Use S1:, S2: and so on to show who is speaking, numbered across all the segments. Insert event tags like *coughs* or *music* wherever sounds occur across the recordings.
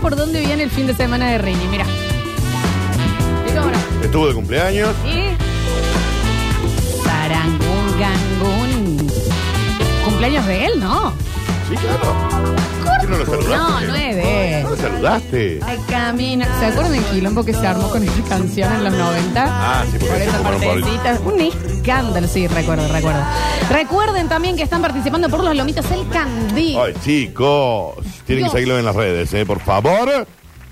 S1: por dónde viene el fin de semana de Rini. Mira. Mira ahora.
S2: Estuvo de cumpleaños.
S1: Y. Sarangún, gangún. ¿Cumpleaños de él? No.
S2: Sí, claro. ¿Por qué no lo saludaste?
S1: No, no es de él.
S2: No lo saludaste.
S1: Ay, camina. ¿Se acuerdan del quilombo que se armó con esta canción en los 90?
S2: Ah, sí, porque
S1: Por
S2: se
S1: esa
S2: fumaron
S1: partecita. Un escándalo, sí, recuerdo, recuerdo. Recuerden también que están participando por los lomitos el Candí.
S2: Ay, chicos, tienen
S1: Dios.
S2: que seguirlo en las redes, ¿eh? Por favor.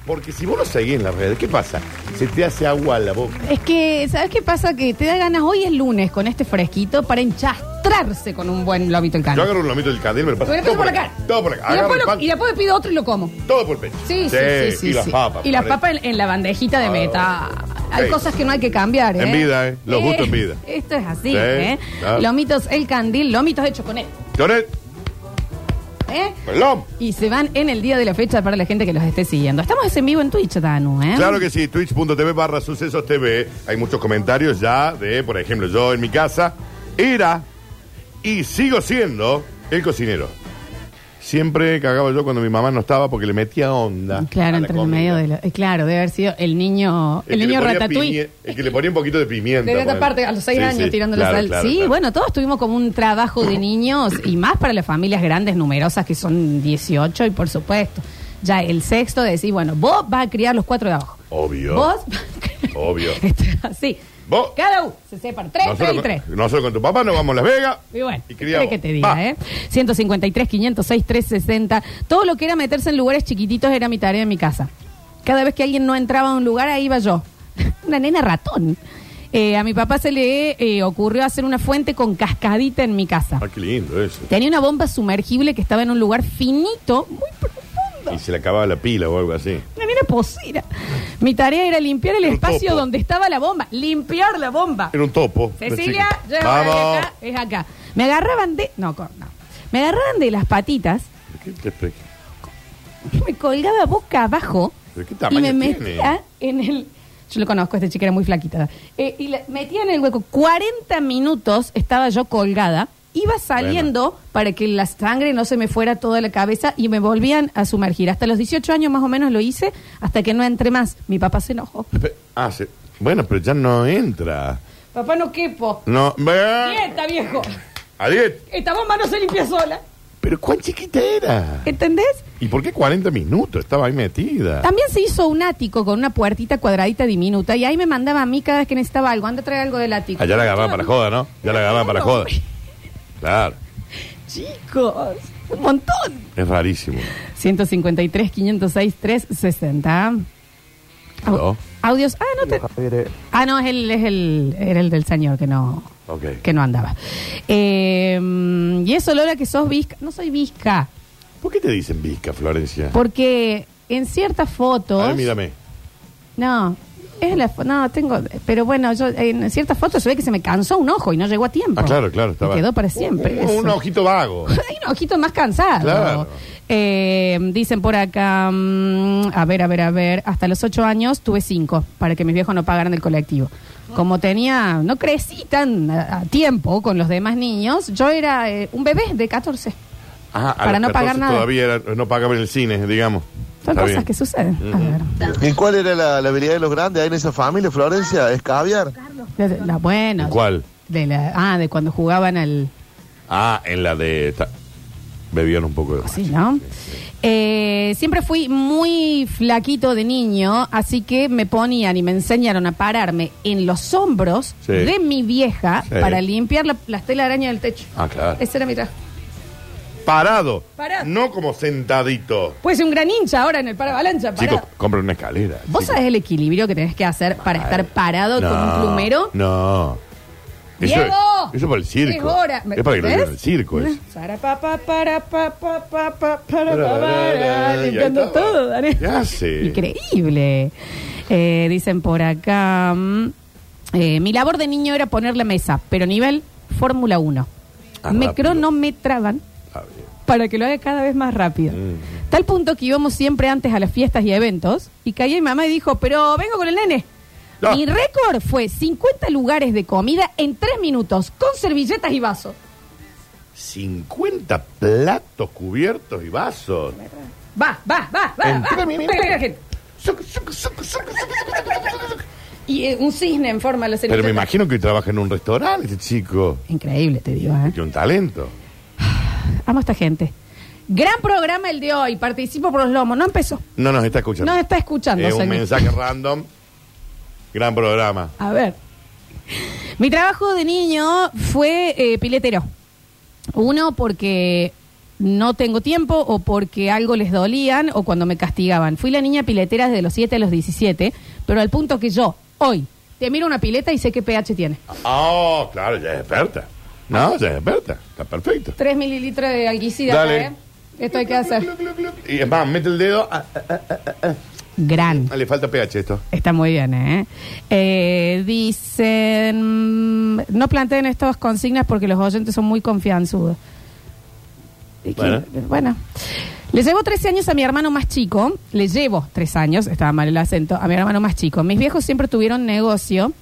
S2: Porque si vos lo seguís en las redes, ¿qué pasa? Se te hace agua a la boca.
S1: Es que, ¿sabes qué pasa? Que te da ganas, hoy es lunes con este fresquito para enchastrarse con un buen lomito el
S2: Yo
S1: Candí.
S2: agarro un lomito del candil, me lo paso.
S1: Me lo paso por la cara.
S2: Todo por acá.
S1: Y
S2: Agarro
S1: después,
S2: el
S1: lo-
S2: pan,
S1: y después pido otro y lo como.
S2: todo por el pecho.
S1: Sí, sí, sí. sí,
S2: Y las
S1: sí.
S2: papas.
S1: Y las
S2: parece.
S1: papas en, en la bandejita de
S2: Ah,
S1: meta. Hay
S2: sí.
S1: cosas que no hay que cambiar, ¿eh?
S2: En vida, ¿eh? Los gustos en vida.
S1: Esto es así,
S2: Sí,
S1: ¿eh?
S2: claro.
S1: Lomitos el candil, lomitos hechos con él,
S2: Choret,
S1: ¿eh?
S2: pelón.
S1: Y se van en el día de la fecha para la gente que los esté siguiendo. Estamos en vivo en Twitch, Danu, ¿eh?
S2: Claro que sí, twitch.tv barra sucesos TV. Hay muchos comentarios ya de, por ejemplo, yo en mi casa era y sigo siendo el cocinero. Siempre cagaba yo cuando mi mamá no estaba porque le metía onda.
S1: Claro,
S2: a la
S1: entre el
S2: comida.
S1: medio de la- eh, Claro, debe haber sido el niño, el,
S2: que
S1: niño
S2: le ponía
S1: ratatouille.
S2: pimie- El que le ponía un poquito de pimienta.
S1: De otra
S2: ponele.
S1: parte, a los seis
S2: Sí,
S1: años
S2: sí,
S1: tirando
S2: claro,
S1: la sal.
S2: claro,
S1: sí,
S2: claro.
S1: bueno, todos tuvimos como un trabajo de niños y más para las familias grandes, numerosas, que son 18 y por supuesto. Ya el sexto de decir, bueno, vos vas a criar los cuatro de abajo. *laughs*
S2: Obvio.
S1: Vos.
S2: *laughs*
S1: *laughs*
S2: Obvio.
S1: Esto es Así.
S2: Vos-
S1: Cada uno se separa. Tres, tres y
S2: Nosotros,
S1: tres.
S2: con, nosotros con tu papá nos vamos a Las Vegas.
S1: Y bueno, ¿qué
S2: criamos.
S1: querés que te diga,
S2: Va.
S1: ¿eh? 153, 506, 360. Todo lo que era meterse en lugares chiquititos era mi tarea en mi casa. Cada vez que alguien no entraba a un lugar, ahí iba yo. *laughs* Una nena ratón. Eh, a mi papá se le eh, ocurrió hacer una fuente con cascadita en mi casa.
S2: Ah, qué lindo eso.
S1: Tenía una bomba sumergible que estaba en un lugar finito, muy profundo.
S2: Y se le acababa la pila o algo así.
S1: Una nena posera. Mi tarea era limpiar el
S2: Un
S1: espacio
S2: topo.
S1: donde estaba la bomba. Limpiar la bomba.
S2: Era un topo. una
S1: Ah. Cecilia,
S2: chica.
S1: yo
S2: Vamos.
S1: acá, es acá. Me agarraban de. No, co- no. Me agarraban de las patitas,
S2: ¿Qué te explico?
S1: me colgaba boca abajo
S2: ¿Pero qué
S1: y
S2: tamaño
S1: me ¿ah?
S2: tiene?
S1: metía en el. Yo lo conozco, esta chica era muy flaquita. Eh, y la metía en el hueco. 40 minutos estaba yo colgada. Iba saliendo para que la sangre no se me fuera toda la cabeza y me volvían a sumergir. Hasta los 18 años más o menos lo hice, hasta que no entré más. Mi papá se enojó.
S2: Pe- Ah, sí. Bueno, pero ya no entra.
S1: Papá, no quepo.
S2: No. ve-
S1: Quieta, viejo.
S2: Adiós.
S1: Esta bomba no se limpia sola.
S2: Pero cuán chiquita era.
S1: ¿Entendés?
S2: ¿Y por qué 40 minutos? Estaba ahí metida.
S1: También se hizo un ático con una puertita cuadradita diminuta y ahí me mandaba a mí cada vez que necesitaba algo. Anda a traer algo del ático.
S2: Allá Ah, la agarraban para joda, ¿no? Ya la agarraban para joda. Claro.
S1: Chicos, un montón.
S2: Es rarísimo.
S1: 153, 506, 360. Au-
S2: ¿Aló?
S1: Audios. Ah, no te. Ah, no, es el, es el, era el del señor que no.
S2: Ok.
S1: Que no andaba. Eh, y eso, Lola, que sos visca. No soy visca.
S2: ¿Por qué te dicen visca, Florencia?
S1: Porque en ciertas fotos.
S2: A ver, mírame.
S1: No, es la fo- no tengo, pero bueno, yo en ciertas fotos se ve que se me cansó un ojo y no llegó a tiempo.
S2: Ah, claro, claro. Estaba.
S1: Me quedó para siempre.
S2: Un,
S1: eso.
S2: un ojito vago.
S1: Hay un ojito más cansado.
S2: Claro.
S1: Eh, dicen por acá, mm, a ver, a ver, a ver, hasta los ocho años tuve cinco para que mis viejos no pagaran el colectivo. Como tenía, no crecí tan a, a tiempo con los demás niños, yo era eh, un bebé de 14.
S2: Ah, a
S1: Para
S2: los
S1: no pagar
S2: 14
S1: nada.
S2: Todavía era- no pagaban el cine, digamos.
S1: Son
S2: Está
S1: cosas
S2: bien.
S1: que suceden. A ver.
S3: ¿Y cuál era la, la habilidad de los grandes ahí en esa familia, Florencia? ¿Es caviar?
S1: De- de- la- bueno.
S2: ¿En cuál?
S1: De la, ah, de cuando jugaban al...
S2: Ah, en la de. ta- Bebían un poco de.
S1: ¿Ah, Sí, ¿no? Eh, siempre fui muy flaquito de niño, así que me ponían y me enseñaron a pararme en los hombros
S2: Sí.
S1: de mi vieja
S2: Sí.
S1: para limpiar la, las telarañas del techo.
S2: Ah, claro.
S1: Ese era mi trabajo.
S2: Parado.
S1: Parado.
S2: No como sentadito.
S1: Pues un gran hincha ahora en el paravalancha.
S2: Chicos,
S1: parado.
S2: compra una escalera.
S1: ¿Vos
S2: chicos.
S1: sabés el equilibrio que tenés que hacer para estar parado
S2: No,
S1: con un plumero?
S2: No. Eso,
S1: ¡Diego!
S2: eso es para el circo.
S1: Es hora. ¿Me-
S2: Es para que lo
S1: ves?
S2: lleven al circo. Es.
S1: Sara, pa, pa, para, pa, pa, pa, pa, para, pa, para, Limpiando todo, Daniel.
S2: ¿Qué hace?
S1: Increíble. Eh, dicen por acá. mm, eh, mi labor de niño era poner la mesa, pero nivel Fórmula 1.
S2: Ah,
S1: me
S2: rápido.
S1: cronometraban
S2: Ah, bien. Mm.
S1: para que lo haga cada vez más rápido. Tal punto que íbamos siempre antes a las fiestas y eventos y caía mi mamá y dijo, pero vengo con el nene.
S2: No.
S1: Mi récord fue 50 lugares de comida en 3 minutos, con servilletas y vasos.
S2: 50 platos cubiertos y vasos.
S1: va, va, va, va.
S2: En
S1: va.
S2: tres minutos.
S1: Pégale a la gente.
S2: Suc, suc, suc, suc, suc, suc, suc.
S1: Y eh, un cisne en forma de la
S2: Pero me
S1: servilleta.
S2: imagino que hoy trabaja en un restaurante este chico.
S1: Increíble, te digo, ¿eh?
S2: Y un talento.
S1: Amo a esta gente. Gran programa el de hoy. Participo por los lomos. No empezó.
S2: No nos está escuchando.
S1: Nos está escuchando,
S2: Es un
S1: señor.
S2: mensaje random. Gran programa.
S1: A ver. Mi trabajo de niño fue eh, piletero. Uno, porque no tengo tiempo o porque algo les dolían o cuando me castigaban. Fui la niña piletera desde los 7 a los 17, pero al punto que yo, hoy, te miro una pileta y sé qué pH tiene.
S2: Oh, claro, ya es experta. No, ya es experta. Está perfecto.
S1: 3 mililitros de alguicida.
S2: Dale.
S1: acá, ¿eh? Esto hay que hacer.
S2: Y es más, mete el dedo. ah, ah,
S1: Gran.
S2: ah, le falta pH esto.
S1: Está muy bien, ¿eh? Eh, dicen, mm, no planteen estas consignas porque los oyentes son muy confianzudos. Y que-
S2: Bueno.
S1: bueno. Le llevo 13 años a mi hermano más chico, le llevo 3 años, estaba mal el acento, a mi hermano más chico. Mis viejos siempre tuvieron negocio.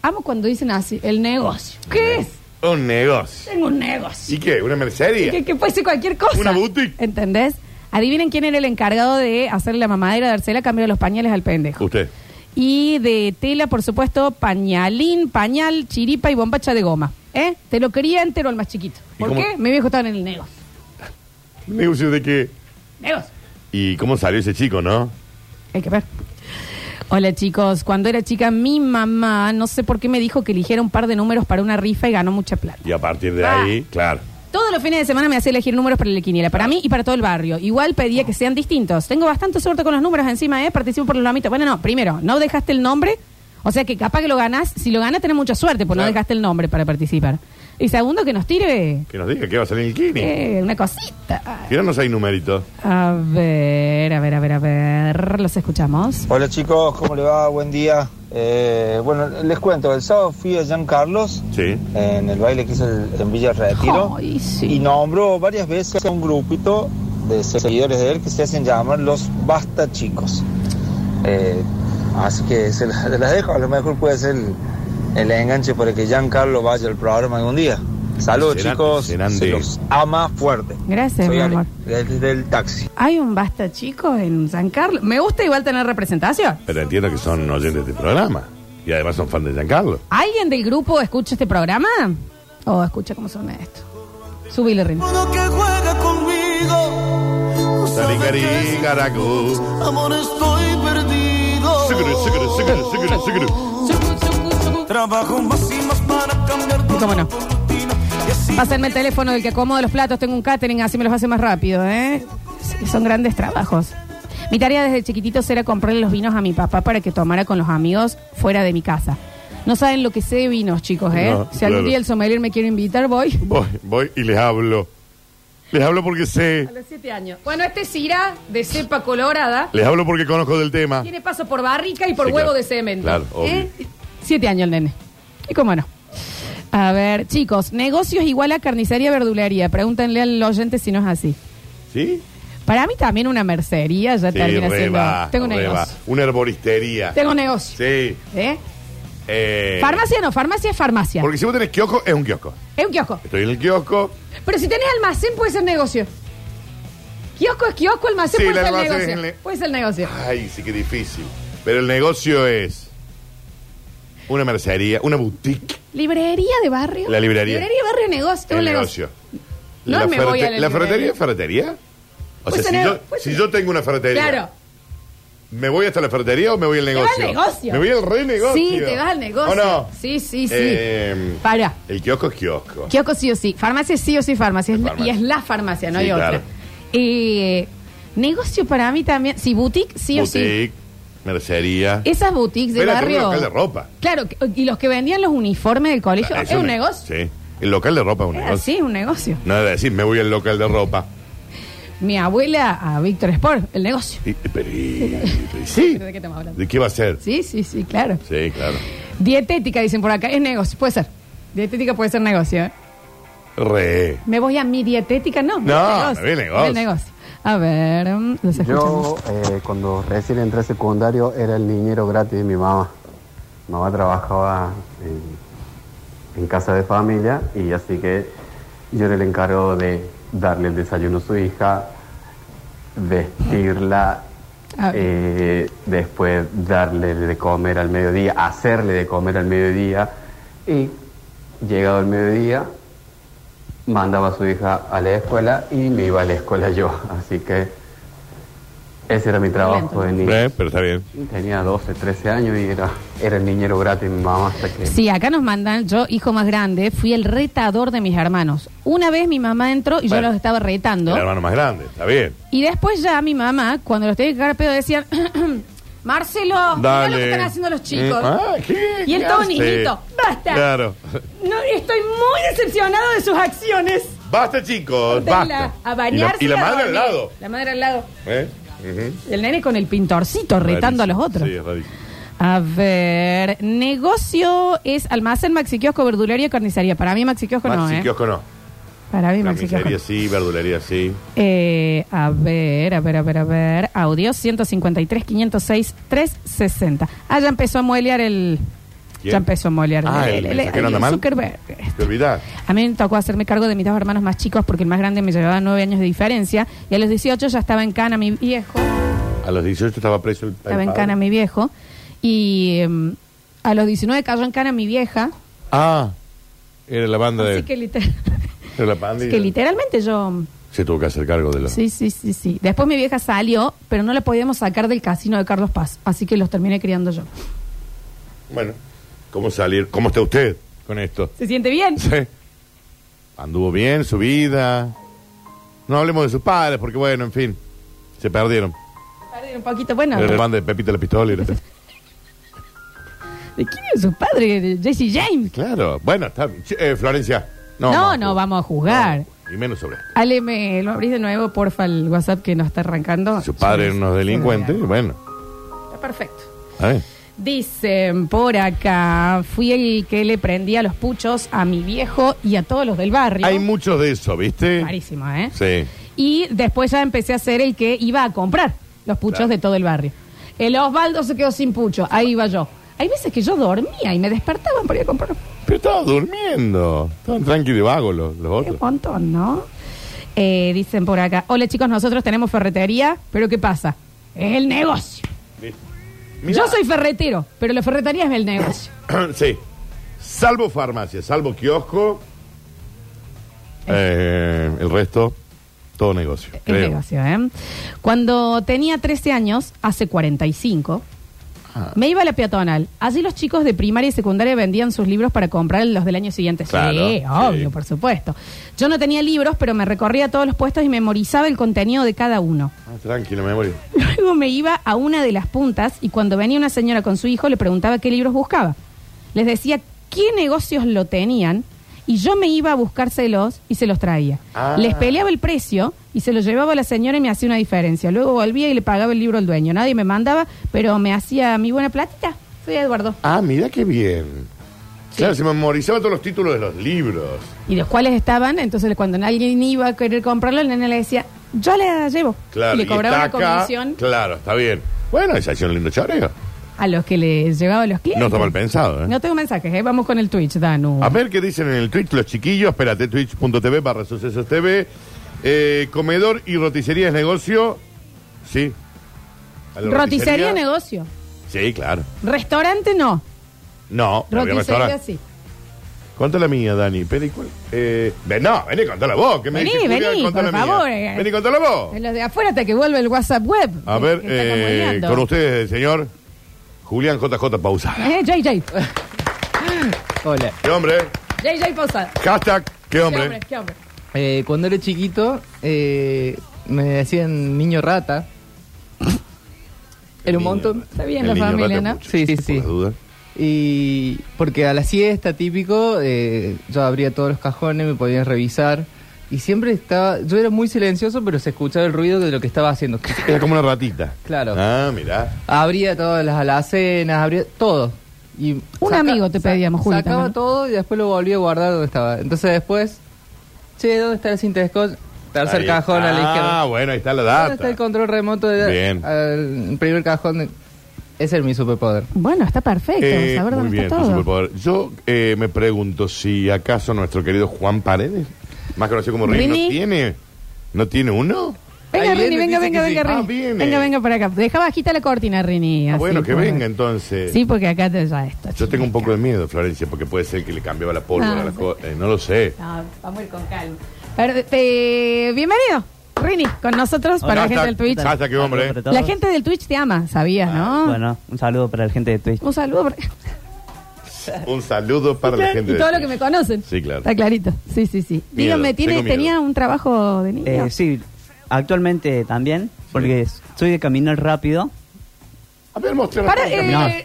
S1: Amo cuando dicen así, el negocio. ¿Qué es?
S2: Un negocio.
S1: Tengo un negocio.
S2: ¿Y qué? ¿Una mercería?
S1: Que, que puede ser cualquier cosa.
S2: Una boutique.
S1: ¿Entendés? Adivinen quién era el encargado de hacerle la mamadera, dársela, cambio de los pañales al pendejo.
S2: Usted.
S1: Y de tela, por supuesto, pañalín, pañal, chiripa y bombacha de goma. ¿Eh? Te lo quería entero al más chiquito.
S2: ¿Y
S1: ¿Por
S2: cómo?
S1: qué? Mi viejo estaba en el negocio.
S2: ¿Negocio de qué?
S1: Negocio.
S2: ¿Y cómo salió ese chico, no?
S1: Hay que ver. Hola chicos, cuando era chica mi mamá no sé por qué me dijo que eligiera un par de números para una rifa y ganó mucha plata.
S2: Y a partir de
S1: Ah.
S2: ahí, claro.
S1: Todos los fines de semana me hacía elegir números para la quiniela, para mí y para todo el barrio. Igual pedía que sean distintos. Tengo bastante suerte con los números encima, ¿eh? Participo por los lamitos. Bueno, no, primero, no dejaste el nombre. O sea que capaz que lo ganás. Si lo ganás, tenés mucha suerte, porque
S2: Claro.
S1: no dejaste el nombre para participar. Y segundo, que nos tire
S2: Que nos diga que va a salir el kini.
S1: eh, una cosita.
S2: Tíranos ahí numeritos.
S1: A ver, a ver, a ver, a ver. Los escuchamos.
S4: Hola chicos, ¿cómo le va? Buen día. Eh, bueno, les cuento, el sábado fui a Jean Carlos
S2: Sí.
S4: en el baile que hizo el- en Villa Retiro
S1: Ay, sí.
S4: y nombró varias veces a un grupito de seguidores de él que se hacen llamar los Basta Chicos. Eh, así que se la- las dejo, a lo mejor puede ser el, el enganche para que Jean Carlos vaya al programa algún día. Saludos
S2: Serán-
S4: chicos,
S2: serán
S4: se
S2: de-
S4: los ama fuerte.
S1: Gracias,
S4: Soy
S1: mi
S4: Ale,
S1: amor.
S4: del- del taxi.
S1: Hay un basta, chicos, en San Carlos. Me gusta igual tener representación.
S2: Pero entiendo que son oyentes de programa. Y además son fan de Giancarlo.
S1: ¿Alguien del grupo escucha este programa? ¿O escucha cómo suena esto? Subile, Rini.
S5: Uno que juega conmigo.
S2: Saricari, caracú.
S5: Amor, estoy perdido.
S2: Siguru, siguru, siguru, siguru, siguru.
S5: Trabajo más y más para cambiar
S1: ¿Y cómo no?
S5: tu rutina. Y así
S1: Pásenme el teléfono del que acomodo los platos, tengo un catering, así me los hace más rápido, ¿eh? Sí, Son grandes trabajos. Mi tarea desde chiquititos era comprarle los vinos a mi papá para que tomara con los amigos fuera de mi casa. No saben lo que sé de vinos, chicos, ¿eh?
S2: No,
S1: si algún
S2: claro.
S1: día el sommelier me quiere invitar, voy.
S2: Voy, voy y les hablo. Les hablo porque sé.
S1: A los siete años. Bueno, este es Ira, de cepa colorada.
S2: Les hablo porque conozco del tema.
S1: Tiene paso por barrica y por
S2: Ah. Sí,
S1: huevo
S2: claro.
S1: de cemento.
S2: Claro, obvio.
S1: ¿Eh? Siete años el nene. ¿Y cómo no? A ver, chicos, negocios igual a carnicería verdulería. Pregúntenle al oyente si no es así.
S2: ¿Sí?
S1: Para mí también una mercería ya
S2: Sí,
S1: termina
S2: re
S1: siendo.
S2: va,
S1: tengo un
S2: re
S1: negocio.
S2: va. Una herboristería.
S1: Tengo un negocio.
S2: Sí.
S1: ¿Eh?
S2: Eh,
S1: Farmacia no, farmacia es farmacia.
S2: Porque si vos tenés kiosco, es un kiosco.
S1: Es un kiosco.
S2: Estoy en el kiosco.
S1: Pero si tenés almacén, puede ser negocio. Kiosco es kiosco, almacén
S2: Sí,
S1: puede
S2: el
S1: ser
S2: almacén
S1: negocio.
S2: es el-
S1: Puede ser negocio.
S2: Ay, sí que difícil. Pero el negocio es una mercería, una boutique,
S1: Librería de barrio.
S2: La librería.
S1: Librería de barrio, negocio. Tengo
S2: el
S1: un
S2: negocio.
S1: No me voy a la
S2: ¿La ferretería
S1: librería.
S2: es ferretería? O
S1: Pues
S2: sea, si
S1: en el-
S2: yo,
S1: pues
S2: si
S1: en-
S2: yo tengo una ferretería,
S1: Claro.
S2: ¿me voy hasta la ferretería o me voy al
S1: vas
S2: negocio?
S1: al negocio.
S2: Me voy al re negocio.
S1: Sí, te vas al negocio.
S2: ¿O no?
S1: Sí, sí, sí.
S2: Eh,
S1: Para.
S2: El kiosco es kiosco.
S1: Kiosco sí o sí. Farmacia sí o sí, farmacia. Es la-
S2: Farmacia.
S1: Y es la farmacia, no
S2: Sí,
S1: hay otra.
S2: claro.
S1: Eh, negocio para mí también. Sí, boutique sí o sí.
S2: boutique, mercería.
S1: Esas boutiques de
S2: Era como
S1: barrio.
S2: un local de ropa.
S1: Claro, que- y los que vendían los uniformes del colegio.
S2: Ah,
S1: es un
S2: ne-
S1: negocio.
S2: Sí. El local de ropa es un
S1: Es
S2: negocio.
S1: así, es un negocio.
S2: No era decir, me voy al local de ropa.
S1: Mi abuela a Víctor Sport, el negocio.
S2: Y- pero, y- pero- sí.
S1: Pero ¿De qué estamos hablando?
S2: ¿De qué va a ser?
S1: Sí, sí, sí, claro.
S2: Sí, claro.
S1: Dietética, dicen por acá, es negocio. Puede ser. Dietética puede ser negocio. ¿eh?
S2: Re.
S1: ¿Me voy a mi dietética? No.
S2: No,
S1: es
S2: me voy al negocio.
S1: A ver, mm, los escuchamos.
S6: Yo, eh, cuando recién entré a secundario, era el niñero gratis de mi mamá. Mi mamá trabajaba en, en casa de familia y así que yo era el encargo de darle el desayuno a su hija, vestirla,
S1: Ah.
S6: eh, después darle de comer al mediodía, hacerle de comer al mediodía y llegado el mediodía mandaba a su hija a la escuela y me iba a la escuela yo. *laughs* Así que ese era mi trabajo de niño.
S2: Eh, pero está bien.
S6: Tenía 12, 13 años y era, era el niñero gratis de mi mamá hasta que...
S1: Sí, acá nos mandan, yo, hijo más grande, fui el retador de mis hermanos. Una vez mi mamá entró y
S2: Bueno.
S1: yo los estaba
S2: El
S1: retando.
S2: hermano más grande, está bien.
S1: Y después ya mi mamá, cuando los tenía que cagar pedo, decían, *clears throat* Marcelo, mira lo que
S2: Dale.
S1: están haciendo los chicos.
S2: Eh, ah, ¿qué?
S1: Y el
S2: ¿Qué
S1: Tony,
S2: hace?
S1: hijito, basta.
S2: Claro.
S1: No, estoy muy decepcionado de sus acciones.
S2: Basta, chicos,
S1: Pónganla
S2: basta.
S1: A bañarse.
S2: Y la, y la
S1: a
S2: madre al
S1: dormir.
S2: lado.
S1: La madre al lado.
S2: ¿Eh? Ujú.
S1: El nene con el pintorcito retando a los
S2: Rarísimo.
S1: otros.
S2: Sí, es rarísimo.
S1: A ver, negocio es almacén, maxiquiosco, verdulería y carnicería. Para mí maxiquiosco no,
S2: Maxi
S1: ¿eh?
S2: kiosco no.
S1: Para mí maxiquiosco.
S2: Carnicería
S1: no.
S2: sí, verdulería sí.
S1: Eh, a ver, a ver, a ver, a ver. Audio 153, 506, 360. Ah, ya empezó a molear el...
S2: ¿Quién?
S1: Ya empezó a molear
S2: Ah, el mensajero anda mal.
S1: Zuckerberg.
S2: ¿Te olvidás?
S1: A mí me tocó hacerme cargo de mis dos hermanos más chicos porque el más grande me llevaba nueve años de diferencia y a los 18 ya estaba en cana mi viejo.
S2: A los 18 estaba preso el
S1: Estaba en
S2: padre.
S1: cana mi viejo. Y em, a los 19 cayó en cana mi vieja.
S2: Ah, era la banda
S1: Así
S2: de.
S1: que, liter-
S2: Era la banda
S1: así
S2: y-
S1: que literalmente yo...
S2: Se tuvo que hacer cargo de los.
S1: Sí, sí, sí, sí. Después mi vieja salió, pero no la podíamos sacar del casino de Carlos Paz. Así que los terminé criando yo.
S2: Bueno, ¿cómo salir? ¿Cómo está usted con esto?
S1: ¿Se siente bien?
S2: Sí. Anduvo bien su vida. No hablemos de sus padres, porque bueno, en fin, se perdieron.
S1: Perdí Un poquito, bueno.
S2: Era la banda de Pepita la Pistolera.
S1: ¿De quién es su padre? ¿De Jesse James.
S2: claro, bueno, está bien. Che, eh, Florencia. No,
S1: No, no, vamos a juzgar.
S2: No, y menos sobre. esto.
S1: Ale, ¿me lo abrís de nuevo, porfa, el WhatsApp que nos está arrancando?
S2: Su padre era unos delincuentes, y bueno.
S1: Está perfecto.
S2: A ver.
S1: Dicen por acá, fui el que le prendía los puchos a mi viejo y a todos los del barrio.
S2: Hay muchos de eso, ¿viste?
S1: Clarísimo, ¿eh?
S2: Sí.
S1: Y después ya empecé a ser el que iba a comprar los puchos
S2: Claro.
S1: de todo el barrio. El Osvaldo se quedó sin pucho, ahí iba yo. Hay veces que yo dormía y me despertaban para ir a comprar
S2: Pero estaban durmiendo. Estaban tranqui de vago los, los
S1: un
S2: otros.
S1: montón, ¿no? Eh, dicen por acá, hola chicos, nosotros tenemos ferretería, pero ¿qué pasa? Es el negocio.
S2: Mirá.
S1: Yo soy ferretero, pero la ferretería es el negocio.
S2: *clears throat* sí. Salvo farmacia, salvo kiosco. Eh, el resto, todo negocio.
S1: El
S2: creo.
S1: negocio, ¿eh? Cuando tenía 13 años, hace 45,
S2: Ah.
S1: me iba a la peatonal. Allí los chicos de primaria y secundaria vendían sus libros para comprar los del año siguiente.
S2: Claro,
S1: sí, obvio,
S2: sí.
S1: por supuesto. Yo no tenía libros, pero me recorría todos los puestos y memorizaba el contenido de cada uno. *laughs*
S2: Ah, tranquila, memoria.
S1: Luego me iba a una de las puntas y cuando venía una señora con su hijo le preguntaba qué libros buscaba. Les decía qué negocios lo tenían y yo me iba a buscárselos y se los traía.
S2: Ah.
S1: Les peleaba el precio y se los llevaba a la señora y me hacía una diferencia. Luego volvía y le pagaba el libro al dueño. Nadie me mandaba, pero me hacía mi buena platita. Soy Eduardo.
S2: Ah, mira qué bien. Claro, se memorizaba todos los títulos de los libros.
S1: Y los cuales estaban, entonces cuando alguien iba a querer comprarlo, el nene le decía, yo le llevo.
S2: Claro.
S1: y le cobraba
S2: está
S1: una
S2: acá,
S1: comisión
S2: Claro, está bien. Bueno, esa hacía un lindo choreo.
S1: a los que les llegaba a los clientes.
S2: No está mal pensado, ¿eh? Ah,
S1: No tengo mensajes, ¿eh? vamos con el Twitch, Danu.
S2: A ver qué dicen en el Twitch los chiquillos. Espérate, twitch.tv barra sucesos TV. Eh, comedor y roticería es negocio. Sí. A la
S1: Roticería negocio.
S2: Sí, claro.
S1: Restaurante no.
S2: No, no había
S1: Roticería
S2: restaurante.
S1: sí.
S2: Contá la mía, Dani. Pero, ¿y cuál? Eh, ven, no, vení, contala vos. Que me
S1: Vení,
S2: dice Julia,
S1: vení,
S2: contá
S1: por
S2: la mía.
S1: favor, eh.
S2: Vení, contala vos.
S1: En los de afuera hasta que vuelve el WhatsApp web.
S2: A
S1: que-
S2: ver,
S1: que está
S2: eh,
S1: acompañando.
S2: con ustedes, el señor Julián JJ Pausada.
S1: Eh, JJ.
S7: Hola.
S2: ¿Qué hombre?
S1: JJ Posada.
S2: Hashtag, ¿qué
S1: ¿Qué
S2: hombre?
S1: hombre? ¿Qué hombre?
S7: Eh, cuando era chiquito eh, me decían niño rata. Era un montón.
S1: Está bien
S2: El
S1: la
S2: niño
S1: familia,
S2: rata
S1: ¿no?
S2: pucho,
S7: Sí, sí,
S2: por
S7: sí.
S2: las dudas.
S7: Y porque a la siesta típico eh, yo abría todos los cajones, me podían revisar. Y siempre estaba, yo era muy silencioso, pero se escuchaba el ruido de lo que estaba
S2: *laughs*
S7: haciendo.
S2: Era como una ratita.
S7: Claro.
S2: Ah, mirá.
S7: Abría todas las alacenas, abría todo. Y
S1: Un amigo te pedíamos, Juli,
S7: Sacaba
S1: también.
S7: todo y después lo volví a guardar donde estaba. Entonces después, che, ¿dónde está la cinta de scotch? Tercer
S2: Ahí.
S7: cajón a la izquierda.
S2: Ah, bueno, ahí está la
S7: ¿Dónde
S2: data.
S7: está el control remoto de
S2: Bien.
S7: al primer cajón? de- Ese es mi superpoder.
S1: Bueno, está perfecto.
S2: Eh,
S1: saber
S2: muy
S1: dónde
S2: bien,
S1: está
S2: tu
S1: todo.
S2: superpoder. Yo eh, me pregunto si acaso nuestro querido Juan Paredes, más conocido como Rini, ¿no
S1: Rini.
S2: tiene, ¿no tiene uno?
S1: Venga,
S7: Ahí viene,
S1: Rini, venga,
S7: dice
S1: venga,
S7: que
S1: venga,
S7: sí.
S1: Rini.
S2: Ah, viene.
S1: venga, venga para acá. Deja bajita la cortina, Rini.
S2: Ah,
S1: así,
S2: bueno, que
S1: por-
S2: venga eh. entonces.
S1: Sí, porque acá te- ya está.
S2: Yo tengo un poco de miedo, Florencia, porque puede ser que le cambiaba la pólvora.
S1: No,
S2: a la
S1: Ah, sí.
S2: co- eh, no lo sé.
S1: No, vamos a ir con calma. Pero, eh, bienvenido, Rini, con nosotros para la
S2: Hashtag-
S1: gente del Twitch.
S2: hashtag, hombre.
S8: Saludos para
S1: La
S8: todos.
S1: gente del Twitch te ama, ¿sabías, no?
S8: Bueno, un saludo para la gente de Twitch.
S1: Un saludo. por-
S2: Un saludo
S1: *laughs*
S2: para la gente
S1: y
S2: de
S1: todo lo que
S2: Twitch.
S1: me conocen.
S2: Sí, claro.
S1: Está clarito. Sí, sí, sí.
S2: Miedo,
S1: Dígame, ¿tiene,
S2: tengo miedo.
S1: ¿tenía un trabajo de niño?
S8: Eh, sí, actualmente también, porque soy de caminar rápido.
S2: A ver, mostrarnos.
S1: Para, eh,
S8: No.
S1: eh, eh,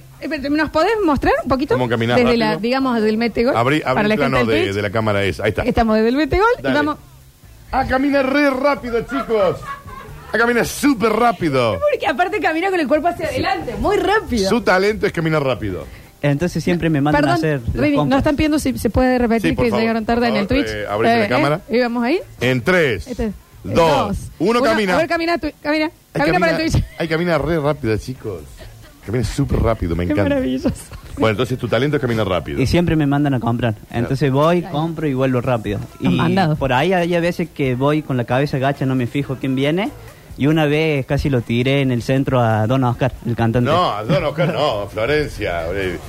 S1: ¿Nos podés mostrar un poquito?
S2: ¿Cómo caminar
S1: Desde
S2: rápido?
S1: la, digamos, del metegol.
S2: Abrí, abrí
S1: para la
S2: el plano
S1: gente del
S2: de,
S1: Twitch.
S2: de la cámara esa. Ahí está.
S1: Estamos desde el metegol y
S2: Dale.
S1: vamos...
S2: Ah, camina re rápido, chicos. Ah, camina súper rápido.
S1: Porque aparte camina con el cuerpo hacia adelante, muy rápido.
S2: Su talento es caminar rápido.
S8: Entonces siempre me mandan a hacer las
S1: Rini, nos
S8: compras.
S1: están pidiendo si se puede repetir
S2: Sí, por
S1: que
S2: favor,
S1: llegaron tarde
S2: por
S1: en el
S2: favor,
S1: Twitch.
S2: eh, abrite la cámara.
S1: ¿Y vamos ahí?
S2: En tres,
S1: Este es-
S2: dos, uno camina.
S1: A ver, camina, tu- camina,
S2: Ay,
S1: camina, para el Twitch.
S2: ay, camina re rápido, chicos. Camina súper rápido, me
S1: *laughs* Qué
S2: encanta.
S1: maravilloso.
S2: Bueno, entonces tu talento es caminar rápido.
S8: Y siempre me mandan a comprar. Entonces voy, compro y vuelvo rápido.
S1: Ah,
S8: Y
S1: mandado.
S8: por ahí hay a veces que voy con la cabeza gacha, no me fijo quién viene. Y una vez casi lo tiré en el centro a Don Oscar, el cantante.
S2: No, no, no, no, Florencia. eh,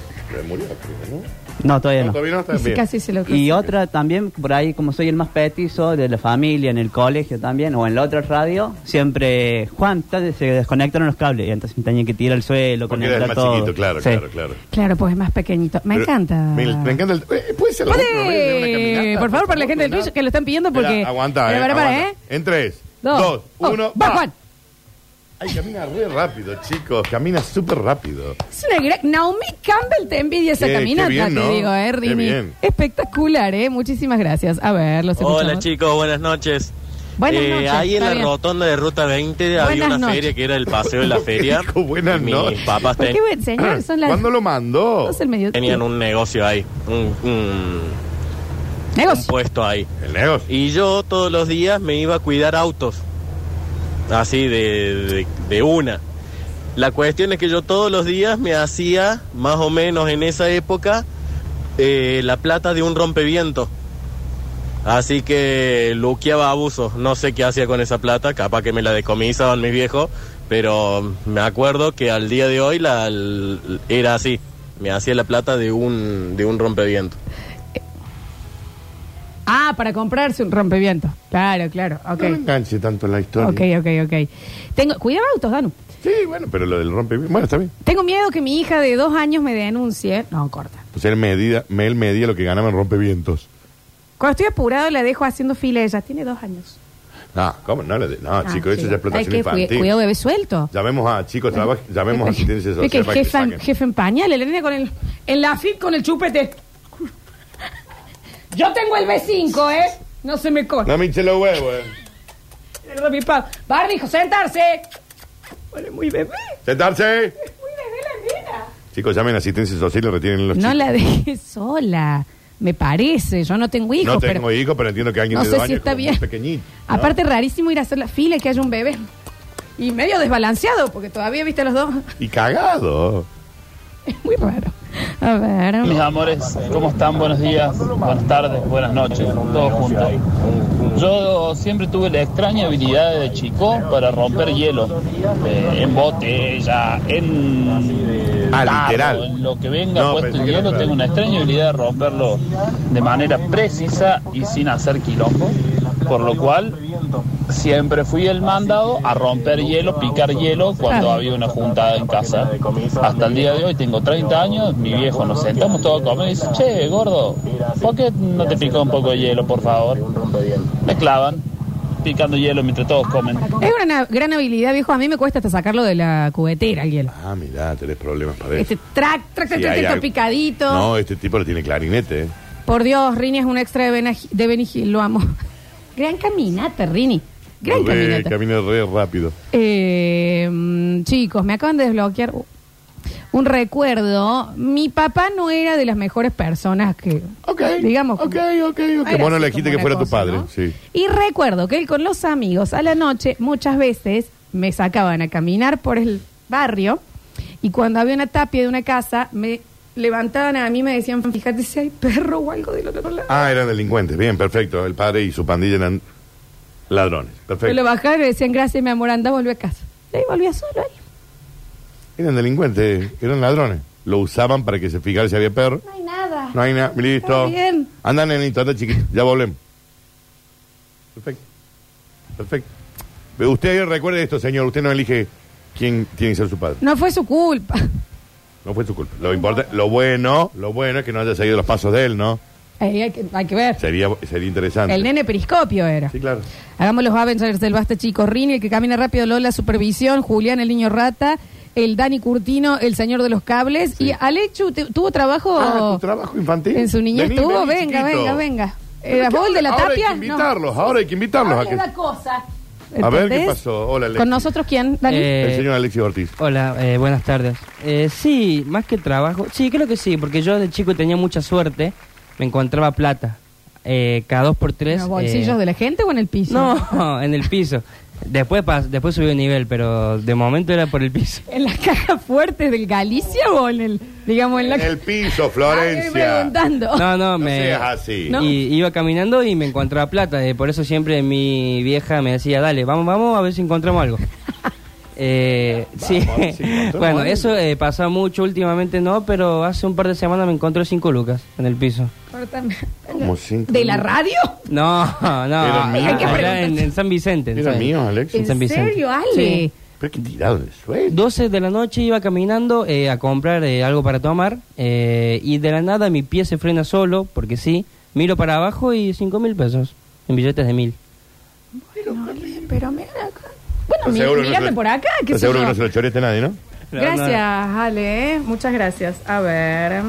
S2: Murió, creo, ¿no?
S8: No, todavía
S2: No,
S8: no.
S2: todavía no está
S1: Y si
S2: bien.
S1: casi se lo
S8: Y otra también, por ahí como soy el más petizo de la familia, en el colegio también, o en la otra radio, siempre, Juan, tal- se desconectaron los cables. Y entonces tenía que tirar al suelo,
S2: Porque era el
S8: conectar
S2: más
S8: todo.
S2: chiquito, claro,
S8: Sí.
S2: claro, claro.
S1: Claro, pues es más pequeñito. Me
S2: Pero
S1: encanta.
S2: Me, me encanta el. eh, ¿Puede ser la
S1: Pone,
S2: última vez de una caminata?
S1: por favor, para la gente del Twitch que lo están pidiendo porque-
S2: Espera, aguanta,
S1: Para,
S2: eh,
S1: para, para,
S2: aguanta.
S1: ¿eh?
S2: En tres, dos,
S1: Oh,
S2: uno.
S1: ¡Va, Juan!
S2: Ay, camina re rápido, chicos. Camina súper rápido.
S1: Es una gran... Naomi Campbell te envidia esa
S2: Qué- qué
S1: caminata,
S2: bien,
S1: te
S2: ¿no?
S1: digo, eh,
S2: Qué
S1: Rini.
S2: bien.
S1: Espectacular, eh. Muchísimas gracias. A ver, los
S9: Hola
S1: escuchamos.
S9: chicos, buenas noches. Eh,
S1: Buenas noches,
S9: Ahí en
S1: está
S9: la
S1: bien.
S9: rotonda de Ruta 20 había
S1: Buenas
S9: una
S1: noches.
S9: feria que era el paseo
S1: *laughs*
S9: de la feria.
S2: Qué buenas
S9: Y mis
S2: noches.
S9: papás
S1: ¿Por
S9: ten-
S1: qué,
S9: *clears throat*
S1: buen señor? Son las...
S2: ¿Cuándo lo mandó?
S1: dos del medio-
S9: tenían un negocio ahí, un, un- un
S1: Negocio.
S9: puesto ahí.
S2: El negocio.
S9: Y yo todos los días me iba a cuidar autos, así de, de- de una. La cuestión es que yo todos los días me hacía, más o menos en esa época, eh, la plata de un rompeviento. Así que luqueaba abusos. No sé qué hacía con esa plata, capaz que me la decomisaban mis viejos, pero me acuerdo que al día de hoy la, l- era así. Me hacía la plata de un, de un rompeviento.
S1: Ah, para comprarse un rompeviento. Claro, claro. Ok.
S2: No me enganche tanto en la historia.
S1: Ok, ok, ok. Tengo... Cuidaba autos, Danu.
S2: Sí, bueno, pero lo del rompe. Bueno, está bien.
S1: Tengo miedo que mi hija de dos años me denuncie. No, corta.
S2: Pues él medía, él medía lo que ganaba en rompevientos.
S1: Cuando estoy apurado la dejo haciendo fila ella. Tiene dos años.
S2: No, ¿cómo? No, le de- no
S1: Ah,
S2: chicos, eso
S1: sí.
S2: ya es explotación
S1: Hay que cuida-
S2: infantil.
S1: Cuidado, bebé suelto.
S2: Llamemos a chicos, traba- llamemos a asistencia social.
S1: Es que el
S2: para que
S1: jefe, en-
S2: saquen.
S1: jefe en pañales, la nena con el. En la FIP con el chupete. Yo tengo el B5, ¿eh? No se me corta.
S2: No me hinche los huevos, eh.
S1: Perdón, mi pa. Bar dijo, sentarse. Bueno, muy bebé.
S2: Sentarse.
S1: Muy bebé la nena.
S2: Chicos, llamen a asistencia social y retienen los
S1: No
S2: chicos.
S1: la dejé sola. Me parece. Yo no tengo hijos.
S2: no tengo
S1: pero...
S2: hijos, pero entiendo que alguien
S1: No
S2: de
S1: sé
S2: dos
S1: si
S2: años
S1: está
S2: es como
S1: bien.
S2: muy pequeñito. ¿no?
S1: Aparte, rarísimo ir a hacer la fila y que haya un bebé. Y medio desbalanceado, porque todavía viste a los dos.
S2: Y cagado.
S1: Es muy raro. A ver.
S10: Mis amores, ¿cómo están? Buenos días, buenas tardes, buenas noches, todos juntos. Yo siempre tuve la extraña habilidad de chico para romper hielo. Eh, en botella, en.
S2: Ah,
S10: tarro,
S2: literal.
S10: En lo que venga
S2: No,
S10: puesto
S2: pensé
S10: el
S2: que era
S10: hielo,
S2: real.
S10: tengo una extraña habilidad de romperlo de manera precisa y sin hacer quilombo. Por lo cual, siempre fui el mandado a romper hielo, picar hielo cuando
S1: Claro.
S10: había una juntada en casa. Hasta el día de hoy tengo 30 años, mi viejo nos sentamos todos a comer y dice, che, gordo, ¿por qué no te pica un poco de hielo, por favor? Me clavan, picando hielo mientras todos comen.
S1: Es una na- gran habilidad, viejo. A mí me cuesta hasta sacarlo de la cubetera el hielo.
S2: Ah, mirá, tenés problemas para eso.
S1: Este track, track, track,
S2: Sí,
S1: track,
S2: hay
S1: track,
S2: algo.
S1: picadito.
S2: No, este tipo le tiene clarinete. eh.
S1: Por Dios, Rini es un extra de, Benaj- de Benny Hill, lo amo. Gran caminata, Rini. Gran
S2: Lo ve,
S1: caminata.
S2: Camina re rápido.
S1: Eh, mm, chicos, me acaban de desbloquear uh, un recuerdo. Mi papá no era de las mejores personas que.
S2: Ok,
S1: Digamos.
S2: ok, ok, ok.
S1: Era
S2: Vos no
S1: así
S2: elegiste
S1: como
S2: que
S1: una
S2: fuera tu
S1: cosa,
S2: padre,
S1: ¿no?
S2: sí.
S1: Y recuerdo que él con los amigos a la noche muchas veces me sacaban a caminar por el barrio y cuando había una tapia de una casa me levantaban a mí y me decían, fíjate si hay perro o algo del otro lado.
S2: Ah, eran delincuentes. Bien, perfecto. El padre y su pandilla eran Ladrones.
S1: Me lo
S2: Perfecto.
S1: bajaron y decían, gracias, mi amor, anda, volví a casa. Y ahí volvía solo ahí.
S2: Eran delincuentes, eran ladrones. Lo usaban para que se fijara si había perro.
S1: No hay nada.
S2: No hay nada, listo.
S1: Está bien.
S2: Anda, nenito, anda, chiquito. Ya volvemos. Perfecto. Perfecto. Pero usted recuerde esto, señor. Usted no elige quién tiene que ser su padre.
S1: No fue su culpa.
S2: No fue su culpa. Lo importa, lo bueno, lo bueno es que no haya seguido los pasos de él, ¿no?
S1: Ahí hay, que, hay que ver.
S2: Sería, sería interesante.
S1: El nene periscopio era.
S2: Sí, claro.
S1: Hagamos los Avengers del Basta Chicos. Rini, el que camina rápido, Lola, Supervisión, Julián, el niño rata, el Dani Curtino, el señor de los cables. Y Alechu te- tuvo trabajo
S2: Ah, tu trabajo infantil.
S1: en su niñez.
S2: Vení,
S1: tuvo,
S2: vení,
S1: venga,
S2: chiquito.
S1: venga, venga. ¿Eras vos el de la
S2: ahora
S1: tapia?
S2: Hay que invitarlos, ahora hay que invitarlos. a, que-
S1: cosa.
S2: a ver qué pasó. Hola, Alexis.
S1: ¿Con nosotros quién, Dani?
S11: Eh,
S2: El señor Alexis Ortiz.
S11: Hola, eh, buenas tardes. Eh, sí, más que trabajo. Sí, creo que sí, porque yo de chico tenía mucha suerte. Me encontraba plata. eh, cada dos por
S1: ¿En
S11: tres.
S1: los bolsillos
S11: eh,
S1: de la gente o en el piso?
S11: *laughs* No, en el piso. Después, pas- después subí un nivel, pero de momento era por el piso.
S1: ¿En las cajas fuertes del Galicia o en el, digamos, en la...
S2: En el piso,
S1: Ay, estoy
S2: Florencia.
S1: preguntando.
S11: No, no,
S2: No
S11: me.
S2: seas así.
S1: No.
S11: Y, iba caminando y me encontraba plata. eh, por eso siempre mi vieja me decía, dale, vamos, vamos, a ver si encontramos
S1: *laughs*
S11: algo. Eh, sí,
S2: Vamos, a ver si
S11: *laughs*
S2: encontramos
S11: bueno,
S2: algo.
S11: eso eh, pasa mucho últimamente, no, pero hace un par de semanas me encontré cinco lucas en el piso.
S1: Cortame.
S2: ¿Cómo cinco?
S1: ¿De la radio?
S11: No,
S2: Era
S11: no,
S2: mío. Hay que
S11: era
S1: preguntar.
S11: en, en San Vicente. en
S2: ¿Era
S11: San-
S2: mío, Alexis?
S11: en San
S1: ¿En
S11: Vicente.
S1: serio, Ale?
S11: Sí.
S2: Pero que tirado del suelo.
S11: 12 de la noche iba caminando eh, a comprar eh, algo para tomar eh, y de la nada mi pie se frena solo, porque sí, miro para abajo y cinco mil pesos en billetes de mil.
S1: No, Ale, pero mira acá. Bueno,
S2: Estás
S1: mi-
S2: seguro que no
S1: mírame
S2: se lo-
S1: por acá. qué
S2: estás
S1: sé
S2: seguro
S1: yo.
S2: que no se lo choreaste a nadie, ¿no?
S1: Gracias, Ale. ¿eh? Muchas gracias. A ver.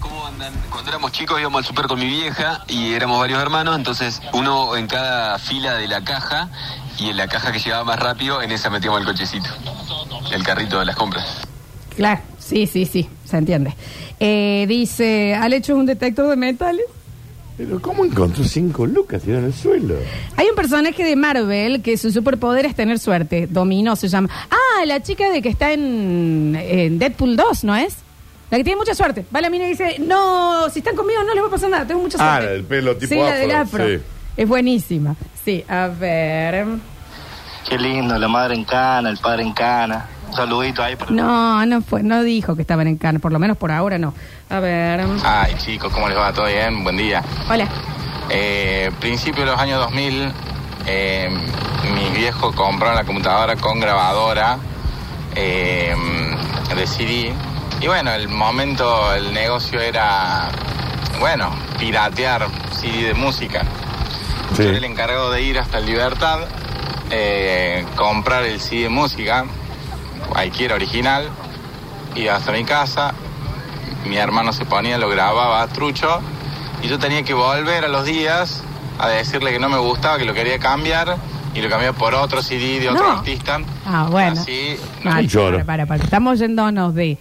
S12: ¿Cómo andan? Cuando éramos chicos íbamos al super con mi vieja y éramos varios hermanos, entonces uno en cada fila de la caja y en la caja que llegaba más rápido, en esa metíamos el cochecito, el carrito de las compras.
S1: Claro, sí, sí, sí, se entiende. Eh, dice, Ale hecho un detector de metales.
S2: Pero ¿cómo encontró cinco lucas tirado en el suelo?
S1: Hay un personaje de Marvel que su superpoder es tener suerte. Dominó se llama. Ah, la chica de que está en, en Deadpool 2, ¿no es? La que tiene mucha suerte. Va la mina y dice, no, si están conmigo no les va a pasar nada, tengo mucha
S2: Ah,
S1: suerte.
S2: la del pelo tipo
S1: Sí, la del
S2: afro,
S1: afro.
S2: sí.
S1: Es buenísima. Sí, a ver.
S4: Qué lindo, la madre en cana, el padre en cana. Un saludito ahí para
S1: No, no fue, no dijo que estaban en Cannes, por lo menos por ahora no. A ver.
S13: Ay chicos, ¿cómo les va? ¿Todo bien? Buen día.
S1: Hola.
S13: Eh, principio de los años 2000, eh, mis viejos compraron la computadora con grabadora eh, de CD. Y bueno, el momento, el negocio era, bueno, piratear CD de música.
S2: Sí.
S13: Yo era el encargado de ir hasta Libertad, eh, comprar el CD de música, cualquiera original, iba hasta mi casa, mi hermano se ponía, lo grababa a trucho, y yo tenía que volver a los días a decirle que no me gustaba, que lo quería cambiar, y lo cambiaba por otro CD de otro
S1: No.
S13: artista.
S1: Ah, bueno.
S13: Así,
S1: No,
S2: Un choro.
S1: para, para, para. Estamos yéndonos de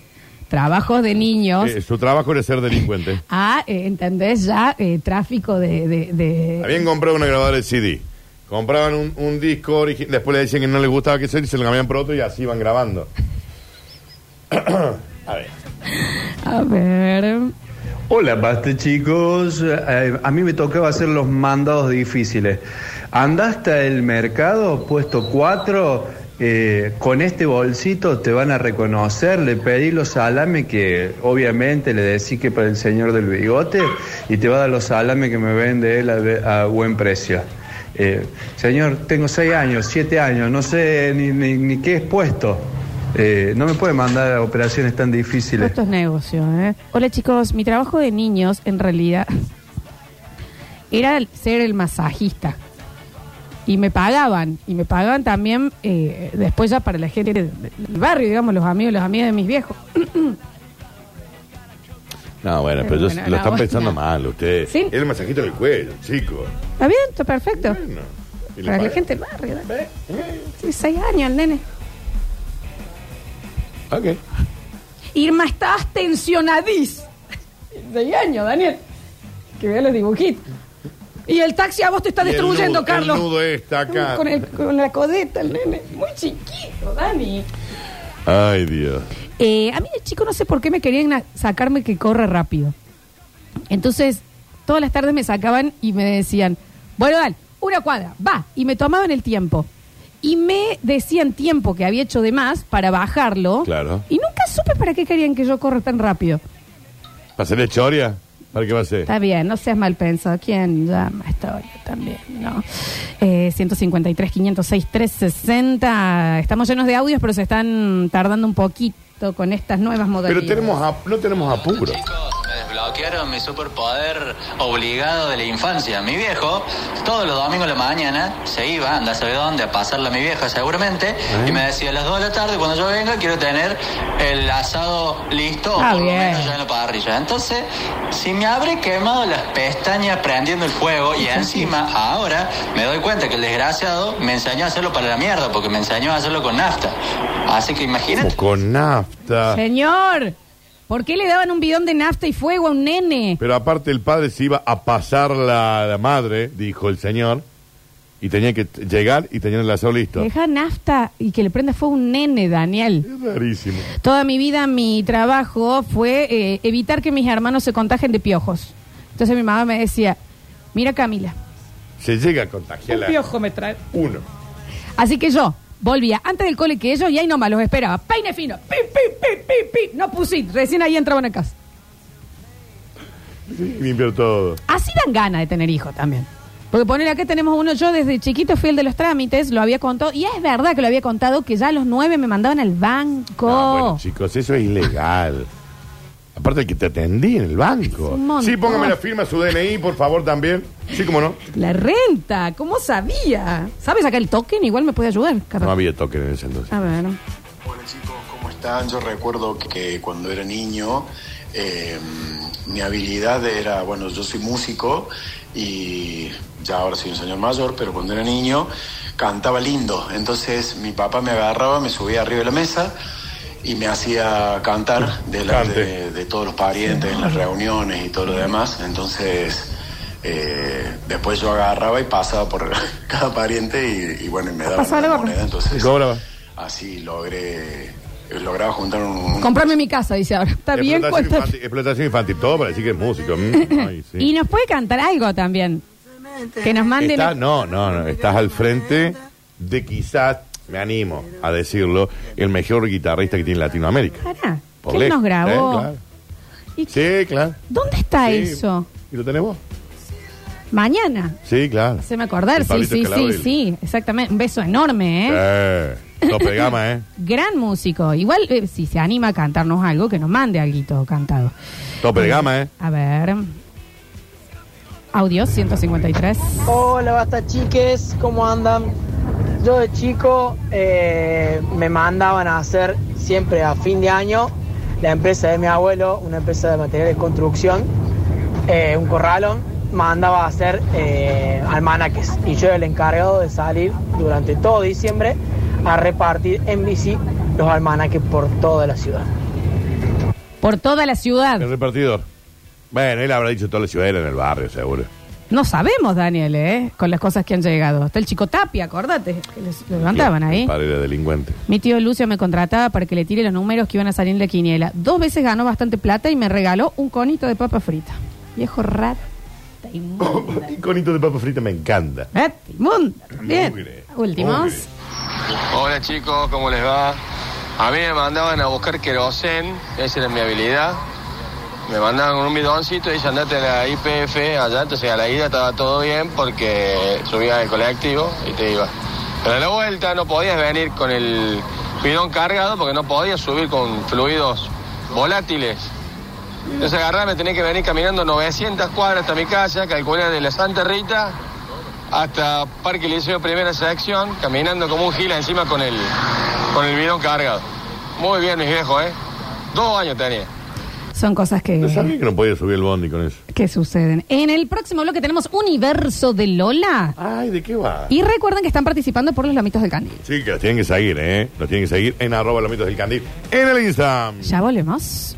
S1: trabajos de niños
S2: Eh, su trabajo era ser delincuente.
S1: a, eh, ¿entendés? Ya eh, tráfico de... de, de-
S2: Habían comprado una grabadora de CD. Compraban un, un disco original, después le decían que no les gustaba que eso y se lo cambiaban por otro y así iban grabando. a ver.
S1: A ver.
S14: Hola, basta chicos. Eh, a mí me tocaba hacer los mandados difíciles. Anda hasta el mercado, puesto 4. con este bolsito te van a reconocer, le pedí los salames que obviamente le decís que para el señor del bigote y te va a dar los salames que me vende él a, ve- a buen precio. Eh, señor, tengo 6 años, 7 años, no sé ni, ni- ni qué es puesto. Eh, no me puede mandar a operaciones tan difíciles.
S1: Esto es negocio, ¿eh? Hola chicos, mi trabajo de niños en realidad era el- ser el masajista. Y me pagaban, y me pagaban también eh, después ya para la gente de- de- del barrio, digamos, los amigos, los amigos de mis viejos. *clears throat*
S2: No, bueno, pero
S1: Bueno,
S2: ellos
S1: no,
S2: lo están
S1: bueno.
S2: pensando mal ustedes.
S1: Sí.
S2: Era el masajito del cuello, chico.
S1: Está bien, está perfecto.
S2: Bueno. Y le
S1: Para la
S2: pagan. ¿Eh?
S1: gente del barrio. dale. Sí, seis años el nene.
S2: Ok.
S1: Irma, estabas tensionadís. Seis años, Daniel. Que vea los dibujitos. Y el taxi a vos te está
S2: Y el
S1: destruyendo,
S2: nudo-
S1: Carlos.
S2: El nudo está acá.
S1: Con, el- con la codeta, el nene. Muy chiquito, Dani.
S2: Ay, Dios.
S1: Eh, a mí de chico no sé por qué me querían a- sacarme que corra rápido. Entonces, todas las tardes me sacaban y me decían, bueno, dale, una cuadra, va, y me tomaban el tiempo. Y me decían tiempo que había hecho de más para bajarlo.
S2: Claro.
S1: Y nunca supe para qué querían que yo corra tan rápido.
S2: ¿Para hacerle choria? ¿Para qué va a ser?
S1: Está bien, no seas mal pensado. ¿Quién llama a esta hora también? No. Eh, 153, 506, 360. Estamos llenos de audios, pero se están tardando un poquito con estas nuevas
S2: Pero
S1: modalidades.
S2: tenemos ap- Ah, no tenemos apuro.
S13: Bloquearon mi superpoder obligado de la infancia. Mi viejo, todos los domingos a la mañana, se iba, anda a saber dónde, a pasarla a mi vieja seguramente, y me decía a las 2 de la tarde, cuando yo venga, quiero tener el asado listo, o
S1: Ah,
S13: por lo
S1: bien.
S13: menos ya en la parrilla. Entonces, si me habré quemado las pestañas prendiendo el fuego, y encima, ahora, me doy cuenta que el desgraciado me enseñó a hacerlo para la mierda, porque me enseñó a hacerlo con nafta. Así que imagínate.
S2: Como con nafta.
S1: Señor, ¿por qué le daban un bidón de nafta y fuego a un nene?
S2: Pero aparte el padre se iba a pasar la, la madre, dijo el señor, y tenía que t- llegar y tener el asado listo.
S1: Deja nafta y que le prenda fuego a un nene, Daniel.
S2: Rarísimo.
S1: Toda mi vida mi trabajo fue eh, evitar que mis hermanos se contagien de piojos. Entonces mi mamá me decía, mira Camila,
S2: Se llega a contagiar
S1: un
S2: la-
S1: piojo me trae.
S2: uno.
S1: Así que yo volvía antes del cole que ellos y ahí nomás los esperaba. Peine fino, pi, pi, pi, pi, pi. No pusí, recién ahí entraban a casa.
S2: Limpiar todo.
S1: Así dan ganas de tener hijos también. Porque poner acá tenemos uno, yo desde chiquito fui el de los trámites, lo había contado, y es verdad que lo había contado, que ya a los nueve me mandaban al banco.
S2: Ah, Bueno, chicos, eso es ilegal. Aparte el que te atendí en el banco.
S1: un montón.
S2: Sí, póngame la firma, su DNI, por favor, también. Sí, como no.
S1: La renta, ¿cómo sabía? ¿Sabes acá el token? Igual me puede ayudar. capaz.
S2: No había toque en ese entonces.
S1: A ver.
S15: ¿Cómo están? Yo recuerdo que cuando era niño eh, mi habilidad era, bueno, yo soy músico y ya ahora soy un señor mayor, pero cuando era niño cantaba lindo. Entonces mi papá me agarraba, me subía arriba de la mesa y me hacía cantar de, la- de- de todos los parientes en las reuniones y todo lo demás. Entonces eh, después yo agarraba y pasaba por *laughs* cada pariente y, y bueno, y me daba
S1: Pasaba la
S15: una
S1: gorra.
S15: moneda. Entonces
S2: Cobraba.
S15: así logré lograba juntar un, un-
S1: Comprame mi casa, dice ahora. Está bien,
S2: explotación,
S1: cuenta.
S2: infantil, explotación infantil, todo para decir que es músico.
S1: *laughs*
S2: Mm, ay, sí.
S1: Y nos puede cantar algo también. Que nos manden.
S2: Está- no, no, no, estás al frente de quizás, me animo a decirlo, el mejor guitarrista que tiene Latinoamérica.
S1: Pará,
S2: Por
S1: ¿quién
S2: lejos,
S1: nos grabó?
S2: ¿eh? Claro.
S1: ¿Y
S2: Sí, claro.
S1: ¿Dónde está
S2: Sí.
S1: eso?
S2: ¿Y lo tenemos?
S1: Mañana.
S2: Sí, claro.
S1: Se me acordar,
S2: El
S1: sí,
S2: Pablito
S1: sí, sí,
S2: Escalabrini.
S1: sí, exactamente. Un beso enorme, ¿eh?
S2: Eh, tope de gama, ¿eh?
S1: Gran músico. Igual, eh, si se anima a cantarnos algo, que nos mande algo cantado.
S2: Tope de gama, ¿eh?
S1: A ver. Audio 153.
S16: Hola, basta chiques, ¿cómo andan? Yo de chico eh, me mandaban a hacer siempre a fin de año la empresa de mi abuelo, una empresa de materiales de construcción, eh, un corralón, mandaba a hacer eh, almanaques y yo era el encargado de salir durante todo diciembre a repartir en bici los almanaques por toda la ciudad.
S1: Por toda la ciudad.
S2: El repartidor. Bueno, él habrá dicho toda la ciudad, era en el barrio, seguro.
S1: No sabemos, Daniel, ¿eh? Con las cosas que han llegado. Está el chico Tapia, acordate. Que les- lo levantaban ahí.
S2: El padre era *coughs* delincuente.
S1: Mi tío Lucio me contrataba para que le tire los números que iban a salir en la quiniela. Dos veces ganó bastante plata y me regaló un conito de papa frita. Viejo rat.
S2: Un conito de papa frita me encanta.
S1: rat inmunda. Bien. Eh, Últimos.
S13: Hola chicos, ¿cómo les va? A mí me mandaban a buscar querosén, esa era mi habilidad. Me mandaban con un bidoncito y andate a la IPF allá, entonces a la ida estaba todo bien porque subías al colectivo y te ibas. Pero a la vuelta no podías venir con el bidón cargado porque no podías subir con fluidos volátiles. Entonces agarraba, me tenía que venir caminando 900 cuadras hasta mi casa, calculé de la Santa Rita hasta Parque Liceo Primera Sección, caminando como un gila encima con el, con el bidón cargado. Muy bien, mis viejos, ¿eh? Dos años tenía.
S1: Son cosas
S2: No sabía
S1: que,
S2: que no podía subir el bondi con eso.
S1: que suceden. En el próximo bloque tenemos Universo de Lola.
S2: Ay, ¿de qué va?
S1: Y recuerden que están participando por los lamitos del candil.
S2: Sí, que los tienen que seguir, ¿eh? Los tienen que seguir en arroba los mitos del candil en el Instagram.
S1: Ya volvemos.